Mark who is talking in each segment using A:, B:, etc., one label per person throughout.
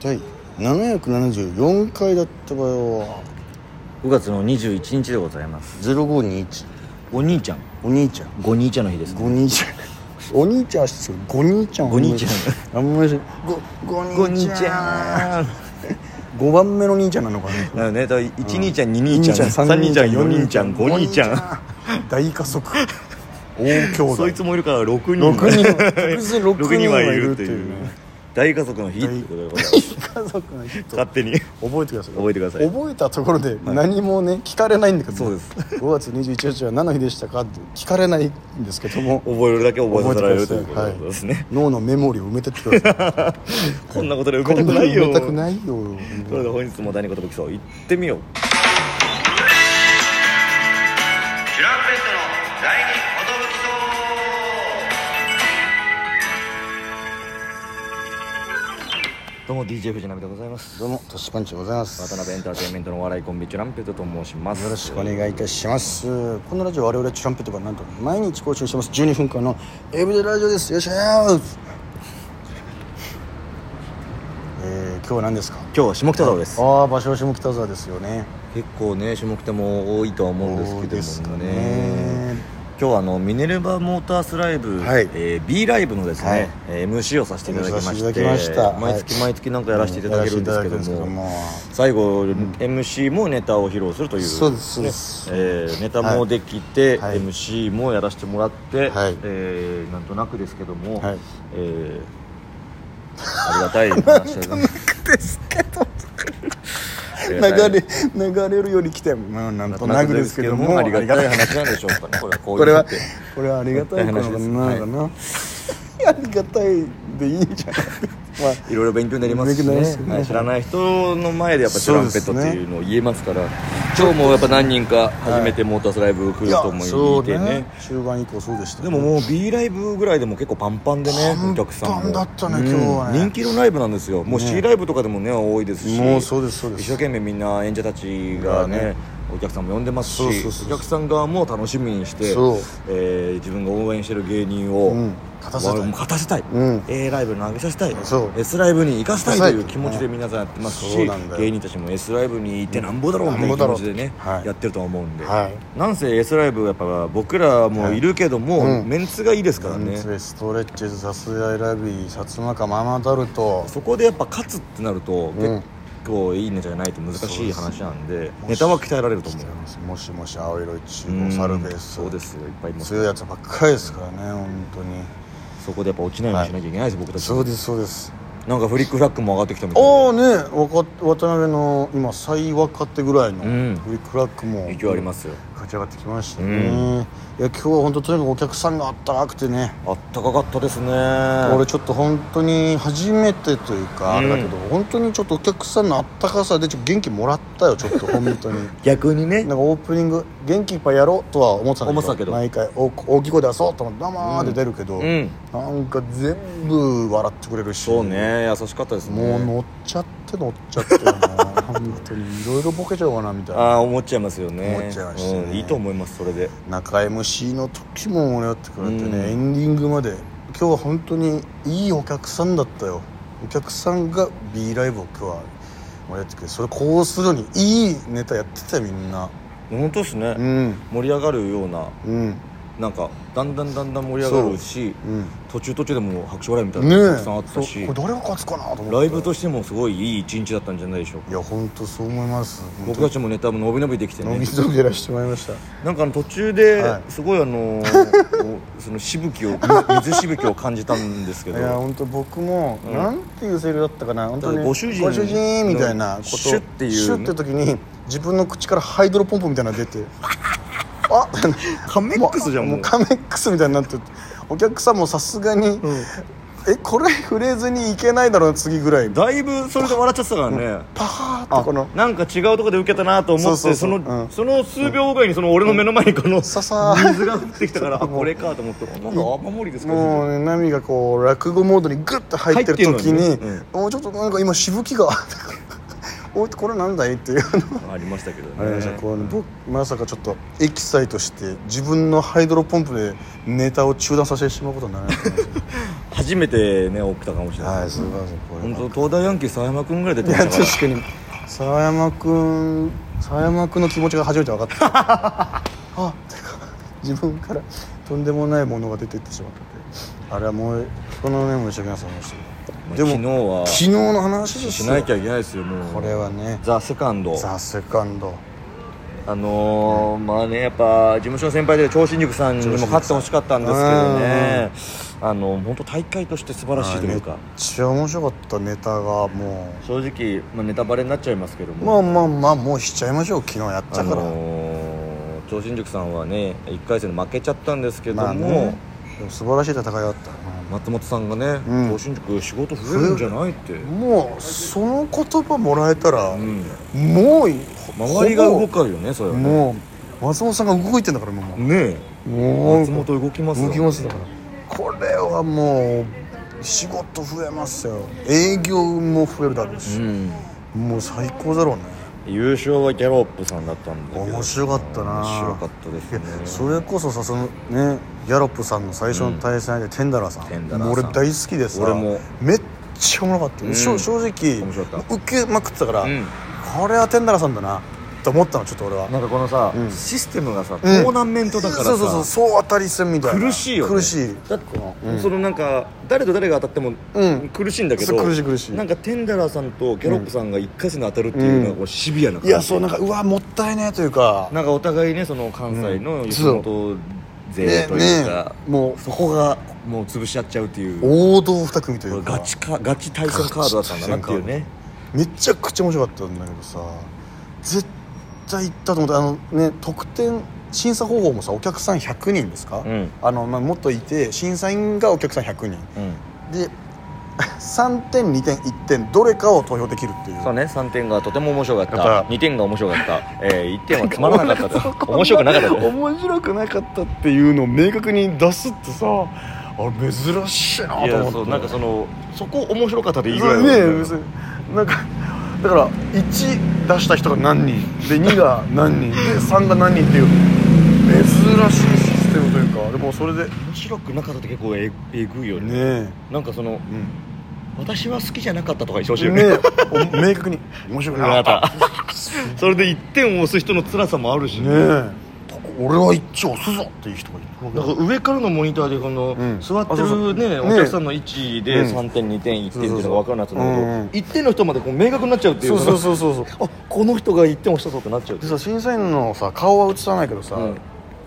A: 第774回だった場合は
B: 5月の21日でございます
A: 0521
B: お兄ちゃん
A: お兄ちゃん
B: ご兄ちゃんの日ですね
A: ご兄ちゃんお兄ちゃんは知ってるご兄ちゃんは
B: ご兄ち
A: あんまり知らないごご
B: ご
A: 兄
B: 兄
A: ち
B: ち
A: ゃん
B: ゃん
A: 5番目の兄ちゃんなのかな
B: なのねだ1兄ちゃん2兄ちゃん3
A: 三
B: 兄ちゃん4兄ちゃん5兄ちゃん
A: ん大家 族大兄弟
B: そいつもいるから6人
A: 六 人確実に六人
B: 六人はいるって
A: はいる
B: いう
A: っていうね
B: 大家族の日ってことでございます
A: 家族の人
B: 勝手に
A: 覚えてください
B: 覚えてください
A: 覚えたところで何もね聞かれないんだけど
B: そうです
A: 5月21日は何の日でしたかって聞かれないんですけども
B: 覚えるだけ覚えさせられるという
A: 覚えてください
B: ことですね
A: 脳のメモリーを埋めてってください
B: こんなことで受けたく ない
A: こんの
B: よ
A: 埋めたくないよ
B: それでは本日も第二言武器層行ってみよう
C: チュランペットの第二き
B: どうも DJ 藤波でございます
A: どうもトシパンチでございます
B: 渡辺エンターテインメントのお笑いコンビチュランペットと申します
A: よろしくお願いいたしますこのラジオ我々チュランペットがなんと毎日更新してます12分間のエブリデイラジオですよっしゃーえー今日は何ですか
B: 今日は下北沢です
A: ああ場所は下北沢ですよね
B: 結構ね下北も多いとは思うんですけどもね
A: 多いですかね
B: 今日はあのミネルヴァモータースライブ、
A: はい
B: えー B ライブのですね、
A: はい
B: えー MC をさせていただきまして
A: やらせていただきました
B: 毎月毎月なんかやらせていただけるんですけども,、
A: うんやらせ
B: 最後、MC もネタを披露するという
A: そうですそうです
B: えーネタもできて、
A: はいはい
B: MC もやらせてもらって、
A: はい
B: えーなんとなくですけども、
A: はい
B: えーありがたい話でございます
A: ですけど
B: ありがたい
A: 流れ流れるより来てもなんと なくですけども
B: ありがたい話なんでしょうかねこれはこういう
A: これ
B: のっ
A: は
B: て
A: これはありがたいことなのかな、ありがたいでいいんじゃない、まあ
B: いろいろ勉強になりますし
A: 勉強に
B: ね
A: なりますよね
B: はい知らない人の前でやっぱチュランペット
A: そう
B: っ
A: で
B: て
A: すね
B: いうのを言えますから今日もやっぱ何人か初めてモータースライブ来ると思いてね
A: 中盤以降そうでした
B: でももう B ライブぐらいでも結構パンパンでねお客さんも
A: パンパンだったね今日はね
B: 人気のライブなんですよもう C ライブとかでもね多いですし
A: もうそうですそうです
B: 一生懸命みんな演者たちが
A: が
B: ねお客さんも呼んでますし
A: そうそうそう
B: お客さん側も楽しみにして
A: そう、
B: えー自分が応援してる芸人を、
A: うん勝たせたい
B: わ勝たせたい、
A: ん
B: A ライブに上げさせたい
A: そう
B: S ライブに行かせたいとい
A: 行か
B: う
A: せたい
B: 気持ちで皆さんやってます
A: そう
B: し
A: なんだよ
B: 芸人たちも S ライブに行ってなんぼだろうみたい
A: な
B: な
A: ぼ
B: ん気
A: だろ
B: 持
A: う
B: ちでね、
A: はい
B: やってるとは思うんで、
A: はい
B: なんせ S ライブやっぱ僕らもいるけども、
A: うん
B: メンツがいいですから
A: メン
B: ね
A: ツでストレッチーズさすらいラビー薩摩かママタルト
B: そこでやっぱ勝つってなると
A: ん
B: 結構いいネタじゃないと難しい話なんで
A: す
B: ネタは鍛えられると思う
A: もしもし青色一
B: う
A: 号
B: ん
A: サルベース
B: そうですよいっぱいいます
A: 強いやつばっかりですからね本当に
B: そこでやっぱ落ちないようにしなきゃいけないです、僕たち
A: そうですそうです
B: なんかフリックフラッグも上がってきたみたいで
A: ああねわか渡辺の今最若手ぐらいの
B: うん
A: フリックラックも
B: 勢いありますよ
A: 勝ち上がってきましたね、
B: うん
A: いや今日は本当とにかくお客さんがあったかくてね、
B: あったかかったですね
A: 俺ちょっと本当に初めてというか、
B: うん
A: あれだけど本当にちょっとお客さんのあったかさでちょっと元気もらったよちょっと本当に
B: 逆にね
A: なんかオープニング元気いっぱいやろうとは思ってたんだけど
B: 思ってたけど
A: 毎回大大きい声出そうと思って「どうも」で出るけど、
B: うん
A: なんか全部笑ってくれるし
B: そうね優しかったです
A: も
B: ね
A: う乗っちゃって乗っちゃってな本当にいろいろボケちゃおうかなみたいな
B: ああ思っちゃいますよね
A: 思っちゃいましたね
B: うんいいと思いますそれで
A: 中 MC の時も盛り上がってくれてね、
B: うん
A: エンディングまで今日は本当にいいお客さんだったよお客さんが B ライブを今日は盛り上がってくれてそれこうするのにいいネタやってたよみんな
B: 本当ですね、
A: うん
B: 盛り上がるような
A: うん
B: なんかだんだんだんだん盛り上がるし、
A: うん
B: 途中途中でも拍手笑いみたい
A: ね
B: なのがたく
A: え
B: さんあったし、
A: そうこれ誰が勝つかなと思って
B: ライブとしてもすごいいい一日だったんじゃないでしょうか
A: いや本当そう思います
B: 僕たちもネタも伸び伸びできて
A: 飲
B: ね
A: み続けらしてもらいました
B: なんかあの途中で
A: はい
B: すごいあのーそのしぶきを水しぶきを感じたんです け
A: いや
B: ど
A: 本当僕も、
B: うん
A: なんていうセリフだったかな本当に
B: ご主人
A: ご主人みたいなこと
B: シュッていう
A: シュッて時に自分の口からハイドロポンプみたいなのが出 てあ
B: カメックスじゃん
A: も
B: も
A: う
B: う
A: カメックスみたいになっててお客さんもさすがに、えこれ触れずにいけないだろうな次ぐらい
B: だいぶそれで笑っちゃってたからね
A: パーッとこの
B: なんか違うとこで受けたなと思って
A: そうそ
B: そう
A: そうう
B: の
A: ん
B: その数秒後にその俺の目の前にこの
A: ささ
B: 水が降ってき たからあこれかと思ってなんか雨漏りですか
A: もうね波がこう落語モードにグッと入ってる時
B: 入
A: に
B: ってるのにね
A: もうちょっとなんか今しぶきが おいこれなんだいっていうあの
B: ありましたけどね
A: あれなんですよこうあの僕まさかちょっとエキサイトして自分のハイドロポンプでネタを中断させてしまうことにならないと思います
B: 初めてね起きたかもし れない
A: はいすみませんこれは
B: 本当東大ヤンキー佐山君ぐらい出て
A: い
B: まし
A: や
B: たから
A: 確かに澤山君澤山君の気持ちが初めて分か ったあてか自分からとんでもないものが出ていってしまってあれはもうこの面も一生懸命さました
B: まあ
A: けど
B: 昨日は
A: 昨日の話ですよ
B: しなきゃいけないですよもう
A: これはね
B: ザ・セカンド
A: ザ・セカンド
B: あのーまあねやっぱ事務所の先輩である長新塾さんにも勝ってほしかったんですけどねあの本当大会として素晴らしいという
A: あ
B: か
A: めっちゃ面白かったネタがも
B: 正直、まあ、ネタバレになっちゃいますけど
A: うまあ
B: も、
A: まあまあもうしちゃいましょう昨日やっちゃ
B: あ
A: から、
B: のー、長新塾さんはね1回戦で負けちゃったんですけども、
A: まあねでも素晴らしい戦いだった、
B: 松本さんがね、
A: うん
B: 長新塾仕事増えるんじゃないって、
A: もうその言葉もらえたら、
B: うん、
A: もう
B: 周りが動
A: く
B: かるよねそれはね
A: もう松本さんが動いてんだからも
B: ね
A: う
B: え
A: もう
B: 松本動きますよ
A: 動きますだからこれはもう仕事増えますよ営業も増えるだろう
B: う
A: し、
B: ん
A: もう最高だろうね
B: 優勝はギャロップさんだったんだけど
A: 面白かったな
B: 面白かったで
A: い
B: す
A: や
B: ね
A: それこそさそのねギャロップさんの最初の対戦相手、テンダラーさん
B: テンダラー
A: もう
B: さ
A: 俺
B: ん
A: 大好きでさ
B: 俺も
A: めっちゃおもろかった、
B: うん
A: しょ正直
B: 面白かった
A: 受けまくってたから、
B: うん
A: これはテンダラーさんだなと思ったのちょっと俺は
B: なんかこのさ、
A: うん
B: システムがさト
A: うん
B: ーナメントだからさ、
A: そうそうそうそう当たり戦みたいな
B: 苦しいよね
A: 苦しい
B: だってこう
A: うん
B: そのなんか誰と誰が当たっても
A: うん
B: 苦しいんだけど、
A: そう苦しい苦しい
B: なんかテンダラーさんとギャロップさんが一回戦で当たるっていうの
A: う
B: が
A: ん
B: こうシビアな感
A: い
B: じ
A: やそうなんかうわもったいねえというか
B: なんかお互いねその関西の吉本勢
A: ね
B: という
A: ね
B: か、
A: もうそこが
B: もう潰し合っちゃうっていう
A: 王道二組というか
B: ガチかガチ対戦カードだったんだなっていうね
A: めちゃくちゃ面白かったんだけどさ絶対行ったと思ってあのね得点審査方法もさお客さん100人ですか、
B: うん
A: あのまあ、もっといて審査員がお客さん100人
B: うん
A: で 3点2点1点どれかを投票できるっていう
B: そうね3点がとても面白かっ
A: やったぱ
B: 2点が面白かった、え ー、1点はつまら な かったと面白くなかったと
A: 面白くなかったっていうのを明確に出すってさあれ珍しいないと思
B: や
A: って
B: そうなんかそのそこ面白かったでいいぐ
A: それ
B: らい
A: ね
B: なん
A: 別
B: だよ
A: になんかだから1出した人が何人で2が何人で3が何人っていう珍しいシステムというかでもそれでね
B: 面白くなかったって結構ええぐいよね
A: え、
B: なんかその
A: うん、
B: 私は好きじゃなかったとかにしてほしいよ
A: ね
B: ね
A: えお明確に面白くなかった
B: それで1点を押す人の辛さもあるし
A: ねえここ俺は一丁押すぞっていう人がいる
B: な
A: わ
B: ん
A: け
B: か
A: だ
B: 上からのモニターでこの
A: うん
B: 座って
A: あそうそう
B: るね
A: ね
B: お客さんの位置で
A: うん
B: 3点2点1点っていうのが分からなくな
A: そうそうそううん
B: る
A: うん
B: と1点の人までこう明確になっちゃうっていう
A: そうそう
B: か
A: そうそうそう
B: あこの人が1点押したぞってなっちゃう
A: でさ審査員のさ顔は映さないけどさ、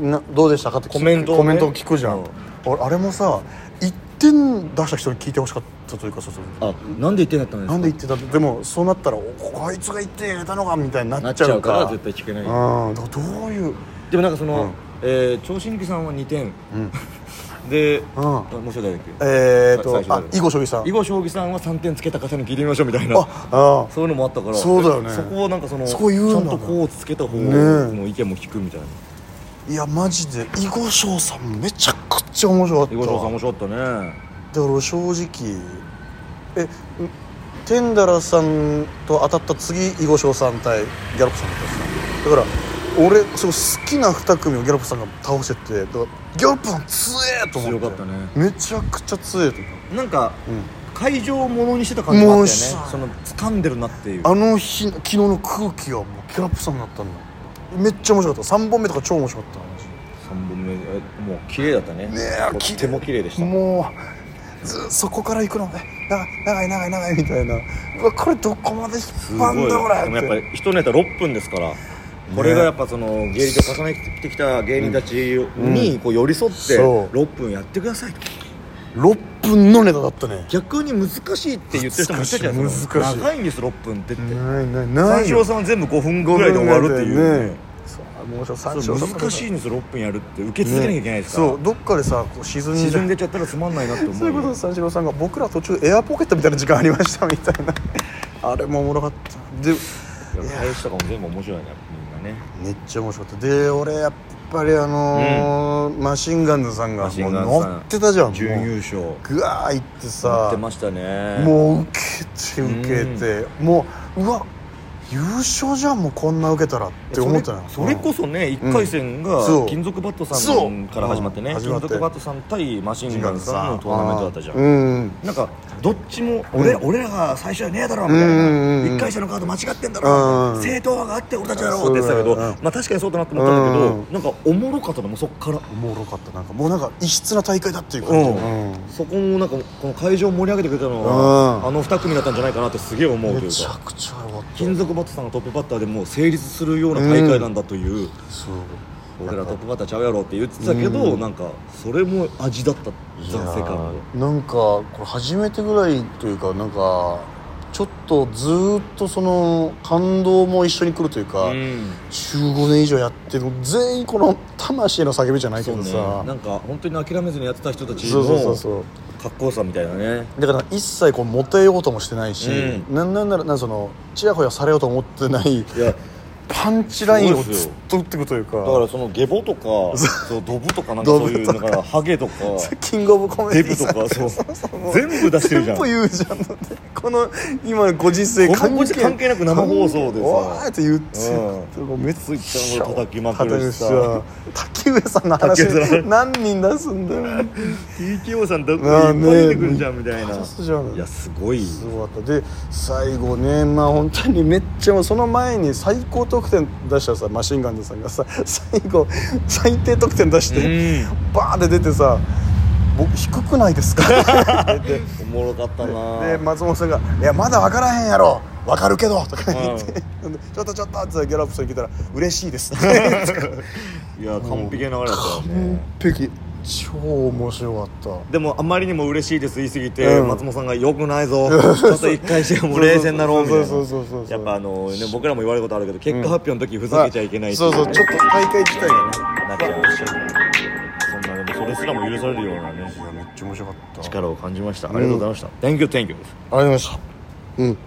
A: などうでしたかって聞く
B: コメントをね
A: コメントを聞くじゃん、
B: うん
A: 俺あれもさ1点出した人に聞いてほしかったというかさその
B: あなんで1点だったんです
A: な
B: か
A: んで言ってたってでもそうなったらおこいつが言って入れたのかみたいにな
B: な
A: っ
B: っ
A: ち
B: ち
A: ゃ
B: ゃ
A: う
B: う
A: か
B: からら絶対聞けない
A: うんだからどういう
B: でもなんかその、
A: うん
B: えー、長新木さんは2点
A: うん
B: で、
A: うん
B: あもう一人誰だっけ
A: えー、っ
B: さ
A: と
B: 最初
A: あ
B: 誰
A: 囲碁将棋さん
B: 囲碁将棋さんは3点つけた方に聞いてみましょうみたいな
A: ああ
B: そういうのもあったから
A: そうだよね
B: そこはなんかその
A: そこ言うんだ
B: ちゃ
A: なん
B: とこうつけた方
A: ね
B: の意見も聞くみたいな、
A: いやマジで囲碁将さんめちゃくちゃ面白かった
B: 囲碁将さん面白かったね
A: だから俺正直えんテンダラさんと当たった次囲碁将さん対ギャロップさんだったんですよだから俺その好きな2組をギャロップさんが倒しててだからギャロップさん強えと思って
B: 強かったね
A: めちゃくちゃ強えと思って
B: なんか
A: うん
B: 会場をものにしてた感じもあったよ
A: も
B: ね
A: うさ
B: その掴んでるなっていう
A: あの日昨日の空気がもうキャラップさんになったんだめっちゃ面白かった3本目とか超面白かったマ
B: 3本目えもう綺麗だったね
A: ねえ
B: とっても綺麗でし
A: ジ
B: た
A: でもうずそこから行くのえな長い長い長いみたいなうわこれどこまで引っ
B: す
A: 張
B: ご
A: ん
B: い
A: だこれ
B: でもやっぱり一ネタ6分ですからこれがやっぱその芸人と重ねてきた芸人たちにこう寄り添って
A: そう
B: 6分やってください
A: 6分のネタだったね
B: 逆に難しいって言ってる人もいたじゃないですか
A: 難しい
B: 長いんです6分ってって
A: ないない
B: 三
A: ない
B: 四郎さんは全部5分ぐらいで終わるっていうね
A: そう面白い三
B: そ
A: 章
B: う難しいんですよ6分やるって受け続けなきゃいけないですか
A: ねそ
B: ら
A: うどっかでさこう沈んで
B: 沈んでちゃったらつまんないなって思
A: そう
B: う
A: いうことで三四郎さんが僕ら途中エアポケットみたいな時間ありましたみたいなあれもおもろかったで
B: 返しとかも全部面白いねみんなね
A: めっちゃ面白かったで俺やっぱりあのーマシンガンズさんが
B: マシ
A: もう
B: ンガンズさん
A: 乗ってたじゃんもう
B: 準優勝
A: ぐわーいって
B: やっ
A: さ
B: てましたね
A: もう受けて受けてもううわ優勝じゃんもうこんな受けたらって思ったのよ
B: それそれこそね1回戦
A: そ
B: が
A: う
B: 金属バットさ
A: そ
B: ん
A: う
B: から始まってね
A: うん始ま
B: 金
A: って
B: 属バットさん対マシンガンさんのトーナメントだったじゃん
A: うん
B: なんかどっちも俺,、俺らが最初はねえだろみたい
A: うんうんう
B: なん一回戦のカード間違ってんだ
A: う
B: ろ
A: ん
B: 正当派があって俺たちだろって言ってたけど、
A: そうだよね
B: まあ、確かにそうだなと思ったんだけど、
A: うん
B: なんかおもろかったのもうそっから、
A: おもろかったなんかもうなんか異質な大会だっていう感じ、
B: うん
A: うん
B: そこもなんかこの会場を盛り上げてくれたのは、
A: うん
B: あの2組だったんじゃないかなってすげえ思うとい
A: め
B: う
A: ちゃ
B: か
A: くちゃ良かった
B: 金属バットさんがトップバッターでもう成立するような大会なんだという、
A: そう
B: 俺らトップバッターちゃうやろって言ってたけど、
A: う
B: なんかそれも味だったじゃん世界の
A: なんかこれ初めてぐらいというかなんかちょっとずーっとその感動も一緒に来るというか、
B: うん
A: 15年以上やってる全員この魂の叫びじゃないけ
B: そう
A: ど
B: ね
A: さ
B: なんか本当に諦めずにやってた人たち
A: そうそうそう
B: の
A: そう
B: かっこよさみたいなね
A: だから一切こうモテようともしてないし、
B: う
A: なんなんならなんかそのちやほやされようと思ってない
B: いやだ
A: パンチラインを
B: そうです
A: ずっ
B: よ
A: と打っていくというか
B: からそのゲボとかそうドブとかなんかそう いう
A: ド
B: だ
A: ブと
B: からハゲとか
A: キングオブコメ
B: デ
A: ディ
B: ブと
A: さ
B: かそう全部出してるじゃん
A: 全部言うじゃ んこの今ご時世
B: このご時世関係なく生放送でさ
A: わーって言って、
B: うん
A: もうめっ
B: ツイッターも叩きまくるしさ
A: 叩き上さんの話
B: 竹内さん
A: 何人出すんだよ
B: TKO さんだっていっ
A: な
B: ぱ
A: あ
B: い
A: ね
B: 出てくるじゃんみたいな
A: 出すじゃん
B: いやすごい
A: すごかったで最後ねまあ本当にめっちゃもうその前に最高得点出したさマシンガンズさんがさ最後最低得点出して、バーンって出てさ「僕低くない ですか? 」って
B: おもろかった
A: で
B: な
A: 松本さんが「いやまだ分からへんやろ分かるけど」とか言って「ちょっとちょっと」ってギャラップさんに聞いたら「嬉しい です」
B: いや完璧な流れだったよね
A: 完璧超面白かった
B: でもあまりにも嬉しいです言い過ぎて、
A: うん
B: 松本さんが「よくない ぞちょっと一回してもう冷静になろう」みたい
A: そうそうそうそうそう
B: なやっぱあの、ね、僕らも言われることあるけど結果発表の時ふざけちゃいけないってい
A: そうそうちょっと大会自体がね
B: なっちゃうしそんなでもそれすらも許されるようなね
A: いやめっちゃ面白かったありがとう
B: 力を感じましたありがとうございました、Thank you thank you
A: ございましたうん